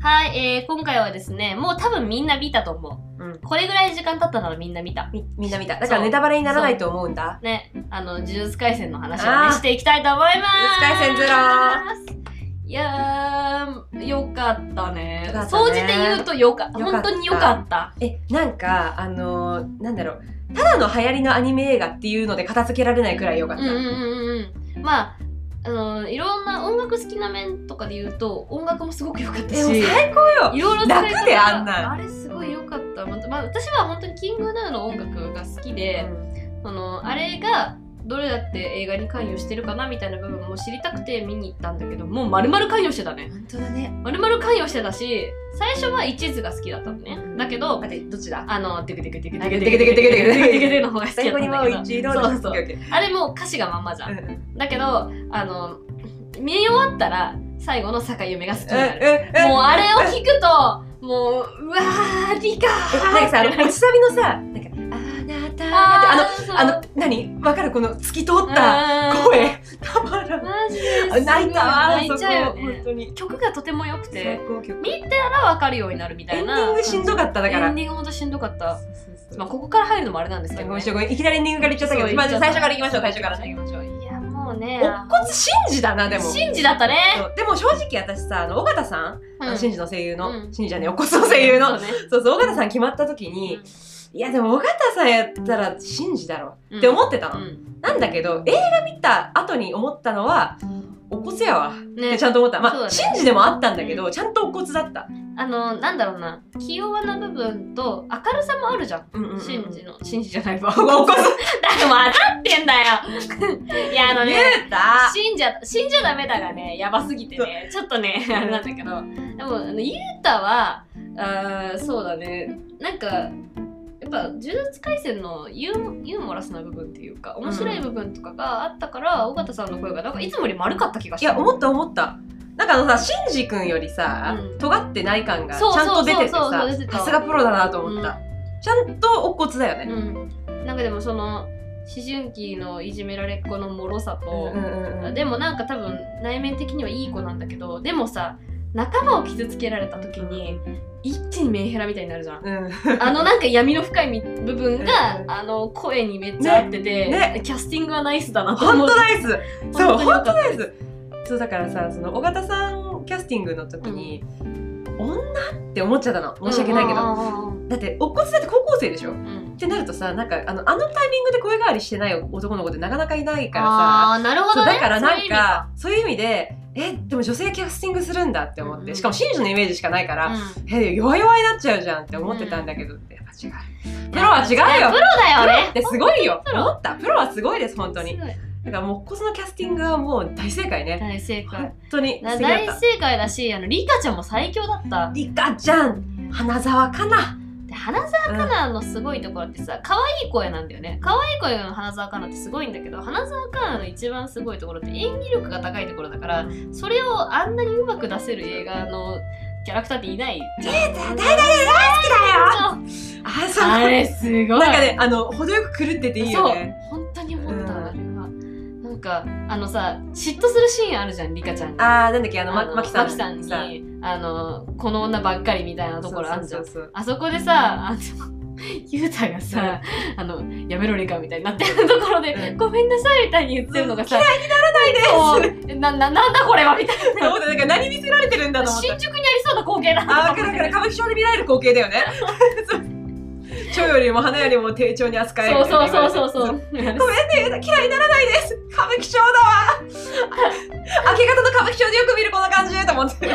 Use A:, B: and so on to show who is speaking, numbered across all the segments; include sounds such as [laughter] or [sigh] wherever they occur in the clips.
A: はい、えー、今回はですね、もう多分みんな見たと思
B: うん
A: う。これぐらい時間経ったならみんな見た。
B: みみんな見ただからネタバレにならないと思うんだ
A: ね、あの、呪術廻戦の話を
B: あー
A: ね、していきたいと思います。
B: 呪術廻戦ゼロ
A: いやー、よかったね。
B: よかったね
A: 総じて言うとよかった。
B: よかった
A: 本当によかった。
B: えなんかあのーなんだろうただの流行りのアニメ映画っていうので片付けられないくらい良か
A: う
B: っ
A: ん
B: た、
A: うんうんうん。まあ、あのいろんな音楽好きな面とかで言うと音楽もすごく良かった
B: えもう
A: し
B: 最高よ
A: いろいろ使い方
B: 楽であんなん
A: あれすごい良かった、またまあ、私は本当にキングヌーの音楽が好きで、そのあれがどれだって映画に関与してるかなみたいな部分も知りたくて見に行ったんだけどもう丸々関与してたね
B: 本当だね
A: 丸々関与してたし最初は一途が好きだったのねだけど
B: 待ってどっちだ
A: あのデクデクデクデクデクデ
B: あデ
A: ク
B: ク
A: デ
B: デ
A: ク
B: ク
A: デ
B: デ
A: クデク
B: クデク
A: デクデクの方が好きだ
B: 最
A: った
B: 後に
A: んだけ
B: もう一
A: ど
B: 度
A: そうそう
B: う
A: あれもう歌詞がまんまじゃん
B: ん
A: だけどあの見終わったら最後の坂夢が好きになる
B: え
A: もうあれを聞くともううわーリカ
B: え
A: ー
B: なんかさ、あの、落ちサビのさ、なんか、あなたーって、
A: ーそう
B: あの、あの、何わかるこの透き通った
A: うん
B: 声。たまらん。
A: マジですごい
B: 泣いたわ、
A: 泣いちゃうよ
B: そこ本
A: ね
B: 当に。
A: 曲がとても良く
B: 最
A: て
B: 高曲。
A: 見たら分かるようになるみた
B: エ
A: い
B: ンデ
A: な
B: ィングしんどかっただか
A: エ
B: ら
A: ン。ディングほんとしんどかった
B: そうそうそう
A: まあここから入るのもあれなんですけ
B: ご
A: ど、
B: めんな
A: ね、
B: さいごめんいきなりエンディングから言っちゃったけ
A: そう言
B: ど、ま
A: っ
B: あ
A: ち
B: じ
A: ゃ
B: ゃ
A: っ
B: あ
A: た
B: 最初から行きましょう、最初から最初から。
A: いやもうね
B: お骨真珠だな、でも。
A: シンジだったね
B: そうでも正直私さ、あの、尾形さん、あ
A: う
B: の
A: ん
B: 真珠の声優の、
A: うん
B: 真珠じゃねえ、お骨の声優の。
A: そうね
B: そうそう、尾形さん決まった時に、いやでも尾形さんやったら真珠だろ
A: うん
B: って思ってたの。
A: うん
B: なんだけど映画見た後に思ったのはお骨やわって
A: ね
B: ちゃんと思った
A: そう
B: ま
A: だ
B: あ
A: ね
B: 真珠でもあったんだけどちゃんとお骨だった
A: あのなんだろうな器用な部分と明るさもあるじゃんシンジのシンジじゃない [laughs] わだから
B: お骨
A: 分かってんだ [laughs] よいやあのね
B: 言うた
A: 死んじゃ死んじゃダメだがねやばすぎてねちょっとねあれなんだけどでもあのゆうたはあーそうだねなんかやっぱ呪術廻戦のユーユーモラスな部分っていうか面白い部分とかがあったから、尾形さんの声がなんかいつもより丸かった気がし
B: い
A: た
B: や思った思ったなんかあのさ真珠くんよりさ
A: うん
B: 尖ってない感がち
A: そうそう
B: ゃんと出てて
A: そうそう
B: さ
A: 出てた
B: さすがプロだなと思ったちゃんとお骨だよ
A: うん、
B: ね
A: うんなんかでもその思春期のいじめられっ子の脆さと、
B: うんうんうん
A: でもなんか多分内面的にはいい子なんだけどでもさ仲間を傷つけられた時に一気にメンヘラみたいになるじゃん
B: [laughs] うん
A: あのなんか闇の深いみ部分が、
B: うん
A: あの声にめっちゃ合ってて、
B: ねね
A: キャスティングはナイスだなと思
B: 本
A: う
B: 当ナイスそう
A: 本
B: 本
A: 当
B: 当
A: に
B: ナイスそうだからさその尾形さんキャスティングの時に女って思っちゃったの申し訳ないけど
A: うん
B: だってお骨だって高校生でしょっ
A: うんうん
B: てなるとさなんかあのあのタイミングで声変わりしてない男の子ってなかなかいないからさ
A: あーなるほ
B: そ
A: ど
B: う
A: ね
B: だからな
A: そういう
B: ん
A: 意味か
B: かそういう意味でえでも女性キャスティングするんだって思っ
A: うんう
B: て
A: ん
B: しかも真珠のイメージしかないから、
A: うん
B: え弱々になっちゃうじゃんって思ってたんだけど、やっぱ違うプロは違
A: プ
B: うよ
A: ロだよね
B: ってすごいよ
A: プロ
B: 思ったプロはすごいです本当に
A: すごい
B: だからもうこそのキャスティングはもう大正解ね
A: 大正
B: 本
A: 解
B: 当に
A: な
B: 素敵だっ
A: 大
B: た
A: 正解だしあのリカちゃんも最強だった
B: リカちゃん花澤香菜
A: で花澤香菜のすごいところってさ可愛い声なんだよね可愛い声の花澤香菜ってすごいんだけど花澤香菜の一番すごいところって演技力が高いところだからそれをあんなにうまく出せる映画のキャラクターっていないじゃん
B: 大大大好きだよ
A: そう
B: あそう
A: あれすごい
B: なんかねあの程よく狂ってていいよね
A: そう本当に思った、
B: うん
A: あれはなんかあのさ嫉妬するシーンあるじゃんリカちゃんが
B: あーなんだっけあの
A: あの
B: まきさん
A: マキさんにあのこの女ばっかりみたいなところあるじゃん
B: そうそうそう
A: あそこでさ、あの、ゆうたがさ、あの、やめろりかみたいになってるところで、
B: うん
A: ごめんなさいみたいに言ってるのがさ、嫌いに
B: なら
A: ないでな、な、なんだこれはみたい
B: そう思って [laughs] なんか何見せられてるんだと
A: な。
B: 思っ
A: 新
B: た
A: 宿にありそうな光景なん
B: あ
A: だ
B: 分かる分かる歌舞伎町で見られる光景だよ [laughs] ねそう蝶よりも花よりも丁重に扱え
A: そうそうそうそう
B: う
A: そう。
B: ごめんね嫌いにならないです歌舞伎町だわあ明け方の歌舞伎町でよく見るこの感じと思って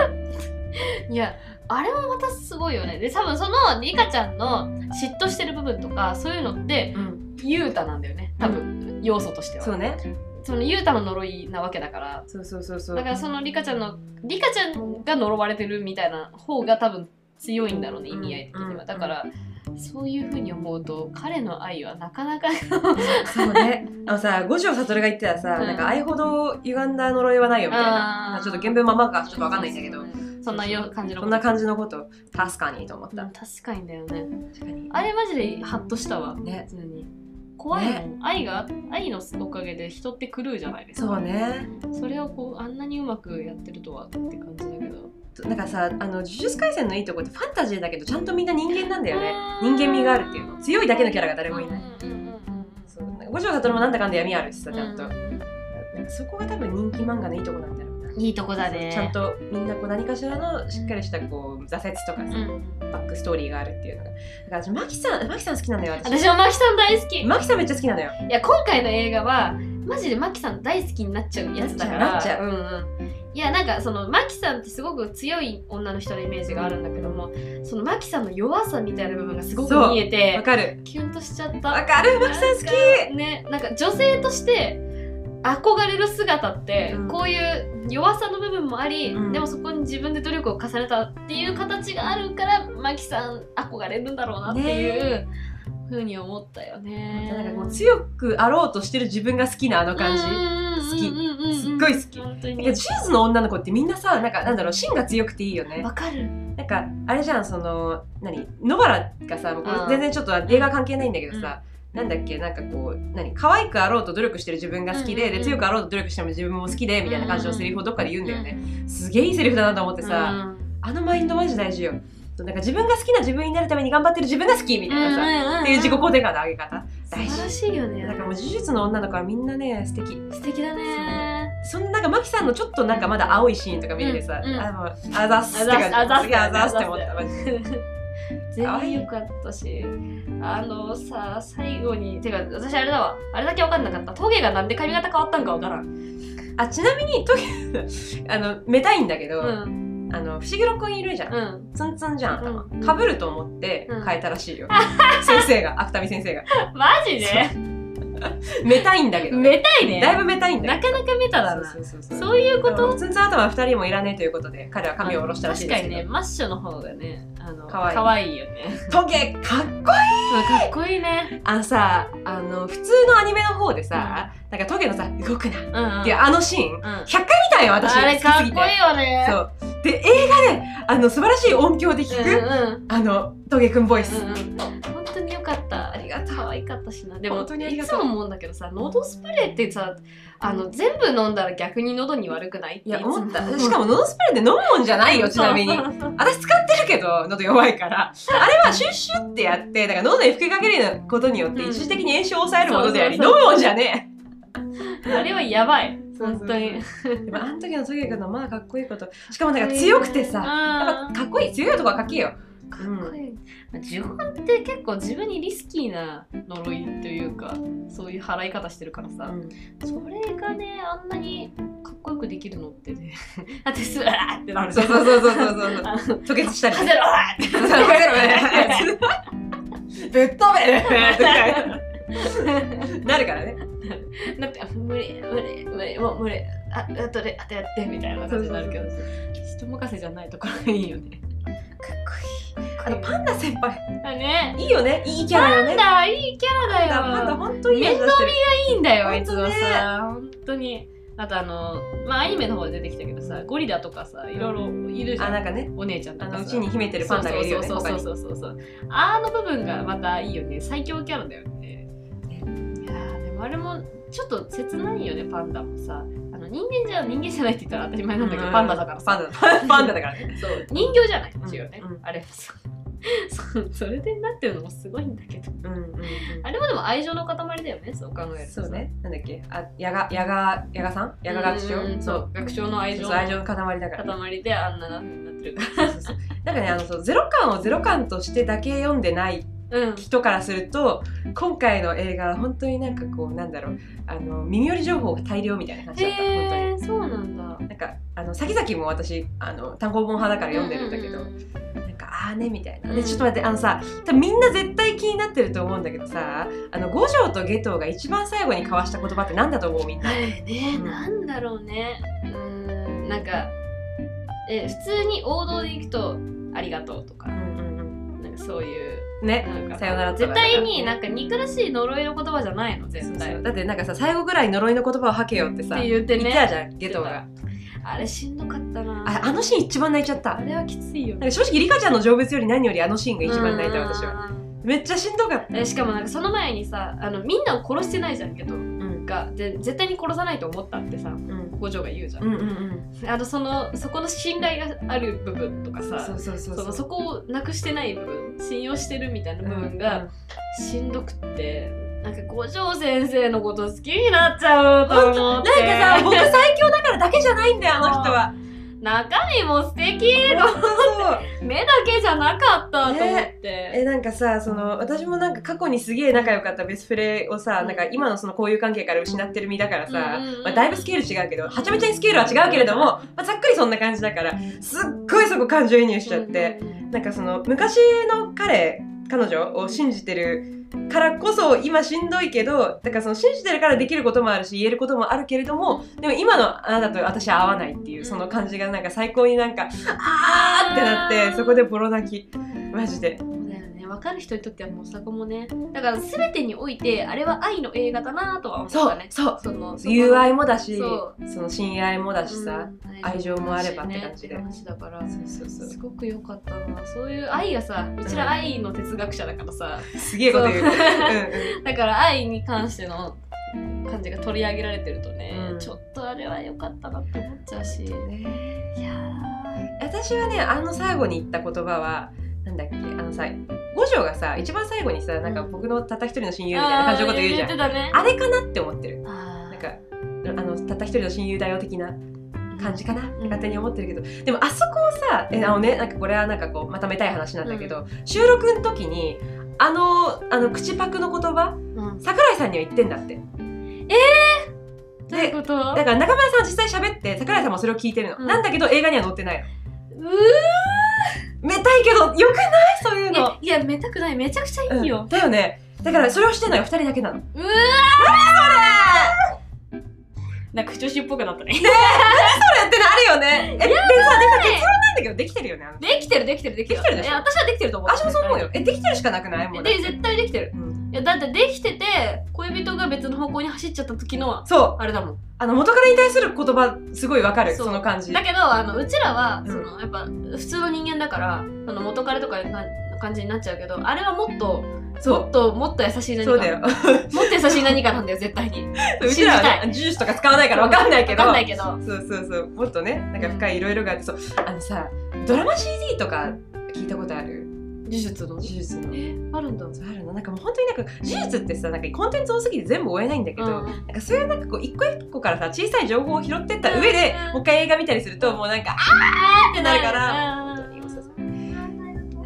A: いや、あれもまたすごいよね。で、多分その、リカちゃんの嫉妬してる部分とか、そういうのって、ゆうたなんだよね。多分、要素としては。
B: そうね
A: その、ゆうたの呪いなわけだから。
B: そうそうそうそう
A: だからそのリカちゃんのリカちゃんが呪われてるみたいな方が多分強いんだろうね意
B: うん
A: 味合い的に
B: うんう
A: は
B: ん
A: だからそういうふうに思うと彼の愛はなかなか
B: そうね。あのさ、五条悟が言ってたさ、
A: うん
B: なんか愛ほど歪んだ呪いはないよみたいな。
A: あー
B: ちょっと原文ままかちょっとわかんないんだけど、
A: そんなよ感じの
B: そんな感じのこと、確かにと思っ
A: う
B: た
A: ん。確かにだよね
B: 確かに。
A: あれマジでハッとしたわ
B: ね
A: 普通に怖いもん、
B: ね
A: 愛が愛のおかげで人って狂うじゃないですか
B: そうね
A: それをこうあんなにうまくやってるとはって感じだけど
B: なんかさあの呪術廻戦のいいとこってファンタジーだけどちゃんとみんな人間なんだよね
A: あー
B: 人間味があるっていうの強いだけのキャラが誰もいない
A: うんうんうんうん
B: そうなんか五条悟もなんだかんだ闇あるしさ
A: うん
B: ちゃんと、なんかそこが多分人気漫画のいいとこなんだろうない
A: いとこだね
B: ちゃんとみんなこう何かしらのしっかりしたこう挫折とか
A: う
B: さ、
A: ん
B: バックストーリーがあるっていうのがだから私マキさんマキさん好きなんだよ私
A: 私もマキさん大好きい
B: マキさんめっちゃ好きなのよ
A: や今回の映画はマジでマキさん大好きになっちゃうやつだから
B: なっちゃう
A: うんうんいやなんかそのマキさんってすごく強い女の人のイメージがあるんだけどもそのマキさんの弱さみたいな部分がすごく見え
B: わ
A: て
B: かる
A: キュンとしちゃっ
B: わ
A: た
B: かるマキさん好き
A: ねなんか女性として憧れる姿って、
B: うん
A: こういう弱さの部分もあり、
B: うん
A: でもそこに自分で努力を重ねたっていう形があるからマキさん憧れるんだろうなっていうふうに思ったよね。
B: なんかこう強くあろうとしてる自分が好きなあの感じ、
A: 好
B: 好き
A: き
B: すっごい好き
A: 本当に
B: なんかジューズの女の子ってみんなさなんかなんだろう芯が強くていいよね
A: わかる
B: なんかあれじゃんその何野原がさもうこれ
A: うん
B: 全然ちょっと映画関係ないんだけどさ、なんだっけなんかこう何可愛くあろうと努力してる自分が好
A: う
B: きで,、
A: んうんうん
B: で強くあろうと努力しても自分も好きでみたいな感じのセリフをどっかで言うんだよね、
A: ね。
B: すげえいいセリフだなと思ってさ、あのマインドマジ大事よそうなんか自分が好きな自分になるために頑張ってる自分が好きみたいなさ、
A: さ
B: っていう自己肯定感の上げ方大
A: 素晴ら
B: 事
A: しいよね。
B: なんかもう呪術の女の子はみんなね素敵
A: 素敵だね。
B: そんなんかマキさんのちょっとなんかまだ青いシーンとか見ててさ、
A: うんうん
B: あのあざっすって感じ
A: あざっす
B: すげえあざっすって思ったマジで
A: 全然良かったしあのさ最後にてか私あれだわあれだけ分かんなかったトゲがなんで髪型変わったんか分からん、
B: あちなみにトゲ [laughs] あのめたいんだけど、
A: うん
B: あの伏黒君いるじゃん、
A: うん、
B: ツンツンじゃん頭、
A: う
B: かぶると思って
A: うん
B: 変えたらしいよ、先
A: [laughs]
B: 生が芥見先生が
A: [laughs] マジで
B: めたいんだけど、
A: めたいね
B: だいぶめたいんだ
A: な
B: け
A: かなかメタだな
B: ど
A: そう
B: そうそうそう
A: いうこと
B: ツンツン頭は2人もいらねえということで彼は髪を下ろしたらしいですけ
A: 確
B: ど
A: かにねマッシュの方がねあの
B: 可愛い
A: 可愛いよね
B: トゲかっこいい
A: かっこいいね
B: あのさあの普通のアニメの方でさ、なんかトゲのさ動くなっ
A: うんうん
B: ていうあのシーン、
A: うん
B: 100回見たよ私
A: あれ
B: 好き
A: かっ
B: すぎて
A: こいいよね
B: そうで映画であの素晴らしい音響で聞く、
A: うんうん
B: あのトゲくんボイス、
A: 本当に良かったありがとう可愛かったしなでも
B: 本当にありが
A: い
B: と
A: つ
B: う
A: も思うんだけどさ喉スプレーってさあの全部飲んだら逆に喉に悪くないって
B: いや
A: つも
B: 思ったしかも喉スプレーで飲むもんじゃないよちなみ
A: [laughs]
B: に
A: そうそうそう
B: 私使ってるけど喉弱
A: [laughs]
B: いからあれはシュッシュッってやってだから喉に吹きかけるようなことによって
A: うん
B: 一時的に炎症を抑えるものであり、
A: そうそうそう
B: 飲むもんじゃね
A: あれはやばい
B: そうそうそ
A: 本
B: う
A: 当に
B: えでもあの時のトゲくんのまあかっこいいことしかもなんか強くてさや
A: さ
B: っぱかっこいい強いとこはかっけえよ
A: かっこいいまあ呪本って結構自分にリスキーな呪いというかそういう払い方してるからさ、それがねあんなにかっこよくできるのってね [laughs] だってスラーってなる
B: そうそうそうそうそうそう
A: あの
B: 吐血したり
A: 風邪だーって
B: そうそう
A: [laughs]
B: そう [laughs] ぶっ
A: [laughs]
B: 飛べなるからね
A: だって無理無理無理もう無理ああとであとやってみたいな感じになるけど人任せじゃないところがいいよね
B: かっこいいあのパンダ先輩
A: だね
B: いいよねいいキャラ
A: パ
B: よ
A: ン
B: ね
A: ダいいキャラだよ
B: パンダ本当いい味出してる
A: いいんだよいつ
B: 本当
A: も
B: ね
A: さ本当にあとあのまあアニメの方で出てきたけどさゴリラとかさいろいろいるじゃ
B: あ
A: ん
B: なんかね
A: お姉ちゃんと
B: あ
A: か
B: の
A: さ
B: うちに秘めてるパンダがいるよね
A: そう
B: 他
A: そうそう
B: に
A: そうそうそうあの部分がまたいいよね最強キャラだよねいやーでもあれもちょっと切ないよねパンダもさあの人間じゃ人間じゃないって言ったら当たり前なんだけど、パンダだからさ
B: パンダパンパンダだから
A: [laughs]
B: ね
A: そう人形じゃない一応ね、
B: うんうん
A: あれ [laughs] そうそうそれでなってるのもすごいんだけど
B: うんうんうん
A: あれもでも愛情の塊だよねそう考えるとさ
B: そうねなんだっけあやがやがやがさんやが学
A: うんうんうん
B: 長
A: そ
B: そうう
A: 学長の愛
B: そ
A: 情
B: う
A: の
B: そう愛情の塊だから
A: 塊であんなふうにな
B: [laughs]
A: ってるか
B: そうそうそうなんかねあのそうゼロ感をゼロ感としてだけ読んでない
A: らうん
B: 人からすると今回の映画は本当になんかこうなんだろうあの耳寄り情報が大量みたいな感じだった本当に
A: へえそうなんだ
B: なんかあの先々も私あの単行本派だから読んでるんだけど、
A: うううん
B: なんかああねみたいな、
A: う
B: で
A: ん
B: ちょっと待ってあのさ多分みんな絶対気になってると思うんだけどさあの五条と夏油が一番最後に交わした言葉ってなんだと思うみんな
A: は、いね、
B: うん
A: なんだろうねうーんなんかえ普通に王道でいくと「ありがとう」と
B: う
A: か
B: んうん
A: なんかそういう
B: うん、
A: なんか
B: ねさよならとか
A: 絶対になんか憎らしい呪いの言葉じゃないの
B: そ
A: 絶
B: う
A: 対
B: そうだってなんかさ最後ぐらい呪いの言葉を吐けよってさ
A: って言ってね
B: 言ってたじゃん夏油が
A: あれしんどかったな
B: ああのシーン一番泣いちゃった
A: あれはきついよ
B: なんか正直リカちゃんの成仏より何よりあのシーンが一番泣いた私は
A: は
B: めっちゃしんどかった、
A: えしかもなんかその前にさあのみんなを殺してないじゃんけどがで絶対に殺さないと思ったってさ
B: うん
A: 五条が言うじゃん、
B: うんうんうん
A: あのそのそこの信頼がある部分とかさ
B: そうそうそう
A: そのそこをなくしてない部分信用してるみたいな部分がしんどくってなんか五条先生のこと好きになっちゃうと思って
B: なんかさ僕最強だからだけじゃないんだよあの人は
A: 中身も素敵
B: そうそう
A: 目だけじゃなかったと思って、
B: えなんかさその私もなんか過去にすげえ仲良かったベスフレをさ、
A: うん
B: なんか今のその交友関係から失ってる身だからさ、
A: うんうんうん
B: まあ、だいぶスケール違うけどはちゃめちゃにスケールは違うけれども、まあ、ざっくりそんな感じだからすっごいそこ感情移入しちゃって、なんかその昔の彼彼女を信じてるからこそ今しんどいけどだからその信じてるからできることもあるし言えることもあるけれどもでも今のあなたと私は合わないっていうその感じがなんか最高になんかあーってなってそこでボロ泣きマジで。
A: そうだよね分かる人にとってはもうそこもねだから全てにおいてあれは愛の映画だなとは思っ
B: そ
A: た
B: う
A: ね
B: そう
A: そのそこの
B: 友愛もだし
A: そ
B: その親愛もだし
A: う
B: さ、
A: ん
B: 愛情もあればって
A: ね
B: 感じで
A: 話だから
B: そうそう
A: すごく良かったなそういう愛がさうちら愛の哲学者だからさ、
B: すげえこと言う
A: そう
B: う
A: だから愛に関しての感じが取り上げられてるとね、
B: うん
A: ちょっとあれは良かったなって思っちゃうしい
B: んうんね
A: や
B: 私はねあの最後に言った言葉はなんだっけあのさ五条がさ一番最後にさなんか僕のたった一人の
A: ー
B: 親友みたいな感じのこと言うじゃ
A: あ
B: ん
A: ー言ってたね
B: あれかなって思ってる
A: あ
B: なんかあのたった一人の親友だよ的な
A: ー
B: 感じかなって
A: ん
B: 勝手に思ってるけど、でもあそこをさえあのねなんかこれはなんかこうまとめたい話なんだけど、収録の時にあのあの口パクの言葉
A: うん
B: 桜井さんには言ってんだって
A: どういうこと
B: だから中村さん実際喋って桜井さんもそれを聞いてるの、
A: うん
B: なんだけど映画には載ってないう
A: ー
B: のめたいけどよくないそういうの、
A: えいやめたくないめちゃくちゃいいよ
B: うん、、だよねだからそれをしてるのよ2人だけなの
A: うわーなんか不調子っぽくなったね
B: それってなるよねえでさでさ結論なんだけどできてるよねあの
A: できてるできてるできてる
B: できてるでしょ
A: いや私はできてると思う
B: 私もそう思うよえできてるしかなくないも
A: え
B: う
A: で絶対できてる
B: うん
A: いやだってできてて恋人が別の方向に走っちゃった時の
B: そう
A: あれだもん
B: あの元彼に対する言葉すごいわかる
A: そ
B: そうの感じ
A: だけどあのうちらは
B: ん
A: その、やっぱ普通の人間だからその元彼とかの感じになっちゃうけどあれはもっとも
B: そ
A: っともっと優しいう何か
B: そうだよ
A: もっと優しい何かなんだよ絶対に
B: [laughs] うちらはねジュースとか使わないからわかんないけ
A: 分
B: ど
A: かんないけど
B: そうそうそうもっとねなんか深いいろいろがあってそうあのさドラマ CD とか聞いたことある
A: 呪術の
B: 呪術の
A: えあるんだ
B: そうあるのなんかもう本当になんか呪術ってさなんかコンテンツ多すぎて全部追えないんだけど、
A: うん
B: なんかそういうなんかこう一個一個からさ小さい情報を拾ってった上で、
A: うん
B: もう一回映画見たりするともうなんかあ
A: あーって
B: なるから
A: うん
B: 本当におすす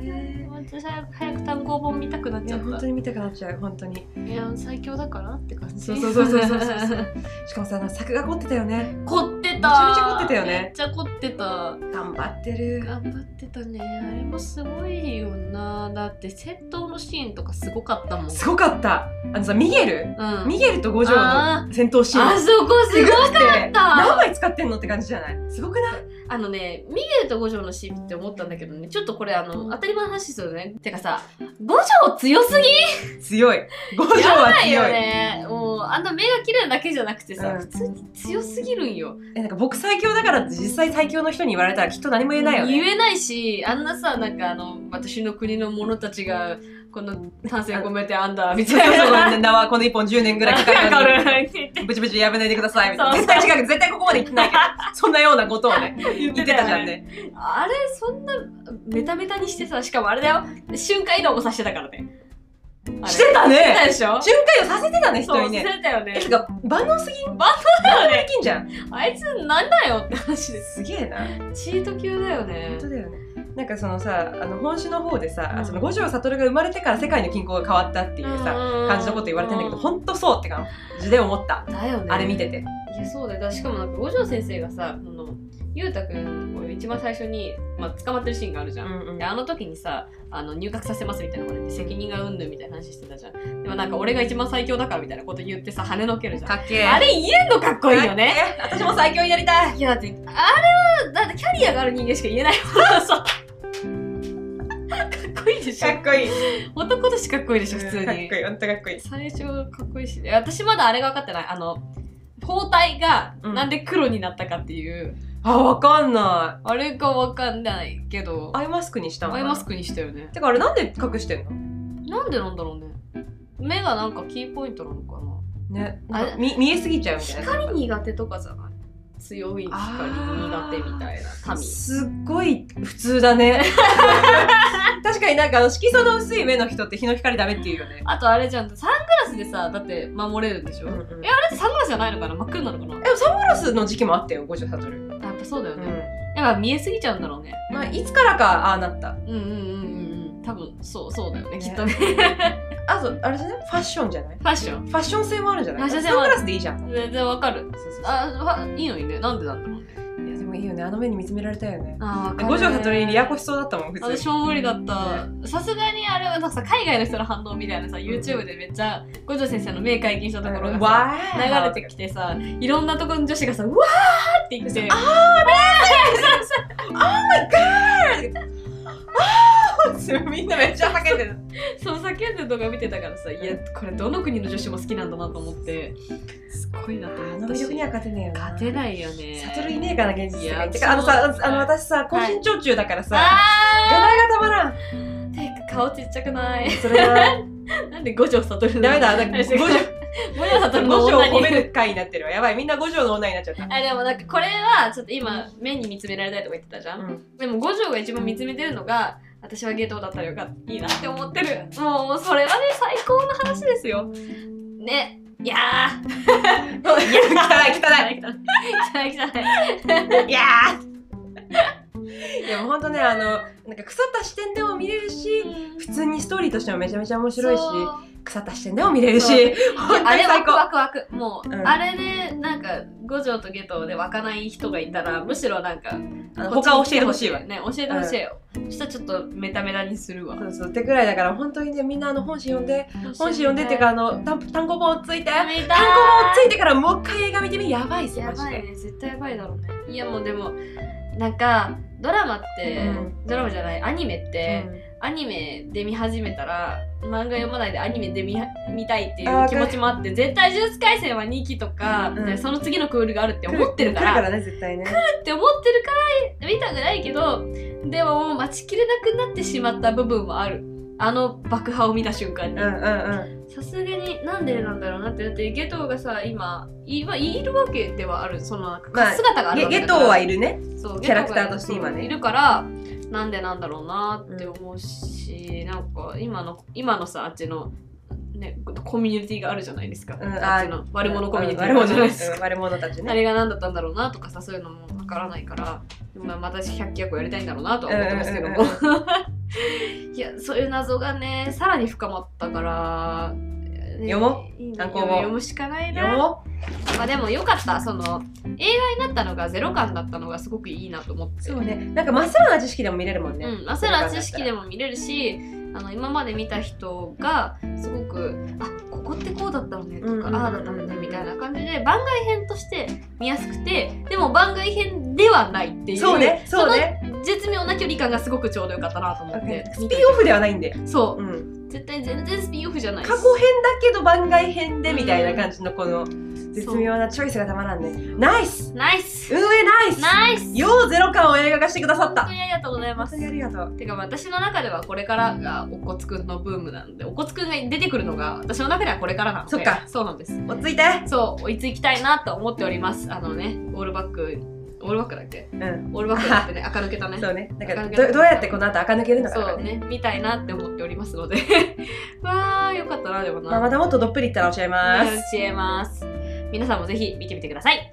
A: えー私は早く単行本見たくなっ
B: い
A: ちゃ
B: や
A: っ
B: 本当
A: た
B: に見たくなっちゃう本当に
A: いや最強だからって感じ
B: そうそうそうそうそうそうそう [laughs] しかもさなんか作画凝ってたよね
A: 凝ってためち
B: ゃめちゃ凝ってたよね
A: めっちゃ凝ってた
B: 頑張ってる
A: 頑張ってたねあれもすごいよなだって戦闘のシーンとかすごかったもん
B: すごかったあのさミゲル
A: うん
B: ミゲルと五条
A: あ
B: の戦闘シーン
A: あそこすごい
B: かった
A: た
B: 何枚使ってんのって感じじゃないすごくない
A: あのねミゲルと五条のシーンって思ったんだけどねちょっとこれあの当たり前の話ですよねてかさ五条強すぎ
B: 強い五条
A: や
B: は
A: ばいよ
B: 強い
A: ねもうあんな目が綺麗なだけじゃなくてさ、
B: うん
A: 普通に強すぎるんよ
B: えなんか僕最強だからって実際最強の人に言われたらきっと何も言えないよね
A: 言えないしあんなさなんかあの私の国の者たちがこの丹精込めてあんだみた
B: そうそうそう
A: い
B: ね縄この1本10年ぐらいか
A: な
B: かるの
A: [laughs] わる
B: にブチブチやめないでくださいみたいな
A: そう
B: 絶対違う絶対ここまで行ってないけどそんなようなことをね言ってたじゃんね
A: あれそんなメタメタにしてさしかもあれだよ瞬間移動もさしてたからねあれ
B: してたね
A: してたでしょ
B: 瞬間をさせてたね人
A: そう
B: に
A: して
B: ね
A: たよね
B: えてか万能すぎん
A: バカだよね
B: できんじゃん
A: あいつなんだよって話です
B: すげえな
A: チート級だよね
B: 本当だよねなんかそのさあの本誌の方でさ、
A: うん
B: その五条悟が生まれてから世界の均衡が変わったっていうさ、感じのこと言われてんだけど、
A: ん
B: 本当そうって感じで思った、
A: だよね
B: あれ見てて
A: いやそうだよだからしかもなんか五条先生がさあのゆうたくんを一番最初に、まあ、捕まってるシーンがあるじゃん、
B: うんうん
A: であの時にさあの入学させますみたいなのが出て責任がうんぬんみたいな話してたじゃんでもなんか俺が一番最強だからみたいなこと言ってさ跳ねのけるじゃん
B: かっけえ
A: あれ言えんのかっこいいよね
B: かっけえ私も最強になりたい
A: いやだってあれはだってキャリアがある人間しか言えないもんそうかっこいいでし
B: か
A: ょ
B: っこいい
A: 男としてかっこいいでしょ普通に
B: かっこいい本当かっこいい
A: 最初かっこいいし私まだあれが分かってないあの包帯が
B: うん
A: なんで黒になったかっていう、
B: あわかんない
A: あれが分かんないけど
B: アイマスクにしたのか
A: ア
B: な
A: イマスクにしたよね
B: てかあれなんで隠してんの
A: なんなんでなんだろうね目がなんかキーポイントなのかな
B: ね
A: あ
B: なんかみ見えすぎちゃうみたいな
A: 光苦手とかじゃない強い光苦手みたいな民
B: すっごい普通だね
A: [laughs]
B: 確かになんかあの色素の薄い目の人って日の光ダメっていうよね、
A: あとあれじゃんサングラスでさだって守れるんでしょ、
B: うんうん、
A: えあれってサングラスじゃないのかな真っ黒なのかな
B: でもサングラスの時期もあったよ五条悟、うん
A: やっぱそうだよね、やっぱ見えすぎちゃうんだろうね
B: まあ、いつからかああなった
A: うんうんうんうんうん多分そうそうだよね
B: ね
A: きっとね
B: あとあれじゃないファッションじゃない
A: ファッション
B: ファッション性もあるんじゃない
A: ファッション性
B: サ
A: も
B: ン
A: あ
B: グ
A: る
B: ラスでいいじゃんそう
A: 全然わかる
B: そうそう
A: あはいいのにねなんでなんだろうね
B: いやでもいいよねあの目に見つめられたよね
A: ああ
B: 五条悟にリアコしそうだったもん普通に
A: 私も無理だったさすがにあれはなんかさ海外の人の反応みたいなさ YouTube でめっちゃ五条先生の目解禁したところがさ
B: わ
A: 流
B: ー
A: れてきてさいろんなところの女子がさ「うわー!」って言って「あ
B: [laughs] みんなめっちゃ叫んでる
A: そう叫んでる動画見てたからさいやこれどの国の女子も好きなんだなと思ってすごいなと
B: あ
A: 思
B: の
A: った
B: 魅
A: し
B: 力には勝てねえよな
A: 勝てないよね
B: サトルいねえかな現実世
A: い
B: 界
A: や
B: てかあのさ
A: そう
B: あの私さ高身長中だからさ邪
A: あ
B: 魔がたまらん
A: ーてか顔ちっちゃくない
B: それは
A: なんで五条悟の
B: ダメだなん
A: [laughs]
B: か
A: 五条
B: 五条
A: 悟の
B: 五条を
A: 女
B: 褒め
A: に
B: る回になってるわやばいみんな五条の女になっちゃった
A: あでもなんかこれはちょっと今目に見つめられたいとか言ってたじゃん
B: うん
A: でも五条が一番見つめてるのが私はゲートだったらよかったいいなって思ってるもうそれはね最高の話ですよねいやー
B: 汚い汚
A: い汚い汚い汚い [laughs]
B: いいや [laughs] ーでもほんとねあのなんか腐った視点でも見れるし普通にストーリーとしてもめちゃめちゃ面白いし
A: し
B: 腐った視点でも見れるし
A: そう
B: 本当
A: あ
B: に
A: れワ
B: 最
A: ク
B: 高
A: ワクワクもう、
B: うん
A: あれでなんか五条とゲトで湧かない人がいたらむしろなんか
B: あの
A: こっちに
B: 他
A: 来
B: 教えてほしいわ
A: ね教えてほしいよ、そしたらちょっとメタメタにするわ
B: そうそうってくらいだから本当にねみんなあの本誌読んで本誌読んでっていうかあの単単行本をついて
A: や
B: 単
A: めた
B: 行
A: ー
B: 本をついてからもう一回映画見てみやばいっす
A: や
B: マジ
A: ばい
B: で
A: ね絶対やばいだろうねいやもうでもなんかドラマって、
B: うん
A: ドラマじゃないアニメって、
B: う
A: アニメで見始めたら漫画読まないでアニメで見は見たいってい
B: あ
A: う
B: わ
A: 気
B: かる
A: 持ちもあって絶対「呪術廻戦」は2期とか、
B: うん
A: でその次のクールがあるって
B: ん
A: 思ってるから
B: 来ね絶対ね
A: って思ってるから見たくないけどでももう待ちきれなくなってしまった部分もあるあの爆破を見た瞬間
B: う
A: に
B: んうんうん
A: さすがになんでなんだろうなってだってゲトウがさ今今いるわけではあるそのなん
B: ま
A: か
B: あ
A: 姿がある
B: ゲ
A: わけ
B: ゲ
A: だ
B: ト
A: から、
B: ウはいるね
A: そう
B: キャラクターとして今ね
A: ゲトウがいるからなんでなんだろうなって思うし、なんか今の今のさあっちの、ね、コミュニティがあるじゃないですか、
B: うん
A: あっちの悪者コミュニティ
B: うん
A: があ
B: 悪
A: るじゃ
B: 者
A: ない
B: で
A: です
B: す
A: か
B: うん悪者たち
A: あ
B: ね
A: れが何だったんだろうなとかさそういうのもわからないからまあ私100脚をやりたいんだろうなとは思ってますけども [laughs]
B: うん
A: いやそういう謎がねさらに深まったから、ね
B: 読も
A: いいね
B: 単行本
A: 読むしかない
B: 読
A: な、
B: もう
A: まあ、でもよかったその映画になったのがゼロ感だったのがすごくいいなと思って
B: そうねなんか真っさらな知識でも見れるもんね
A: うん、まあそれは知識でも見れるしあの今まで見た人がすごく「あここってこうだったのね」とか
B: うんうんうん
A: 「
B: うん
A: ああだったのね」みたいな感じで番外編として見やすくてでも番外編ではないっていう
B: そうねそうね
A: その絶妙な距離感がすごくちょうどよかったなと思って
B: スピンオフではないんで
A: そううん絶対全然スピンオフじゃないし
B: 過去編だけど番外編でみたいな感じのこの絶妙なチョイスがたまらんねナイス
A: ナイス
B: 運営ナイス
A: ナイス
B: ようゼロ感を映画化してくださっ
A: 本
B: た
A: 当にありがとうございま
B: 本
A: す
B: 当にありがとう
A: てか私の中ではこれからがおこつくんのブームなんでおこつくんが出てくるのが私の中ではこれからなので
B: そっか
A: そうなんです
B: 落ち着いて
A: そう、追いついきたいなと思っております。あのね、オールバック、オールバックだっけ
B: うん
A: オールバックだ
B: [laughs]
A: ってね、垢抜けたね。
B: そうねだから
A: 垢抜け
B: どどうやってこの後垢抜けるのかと
A: そ
B: か
A: う
B: ね
A: ね、見たいなって思っておりますので。 [laughs] わー、よかったな、でもな。
B: まあまたもっとどっぷりいったら教えます
A: ね教えます。皆さんもぜひ見てみてください。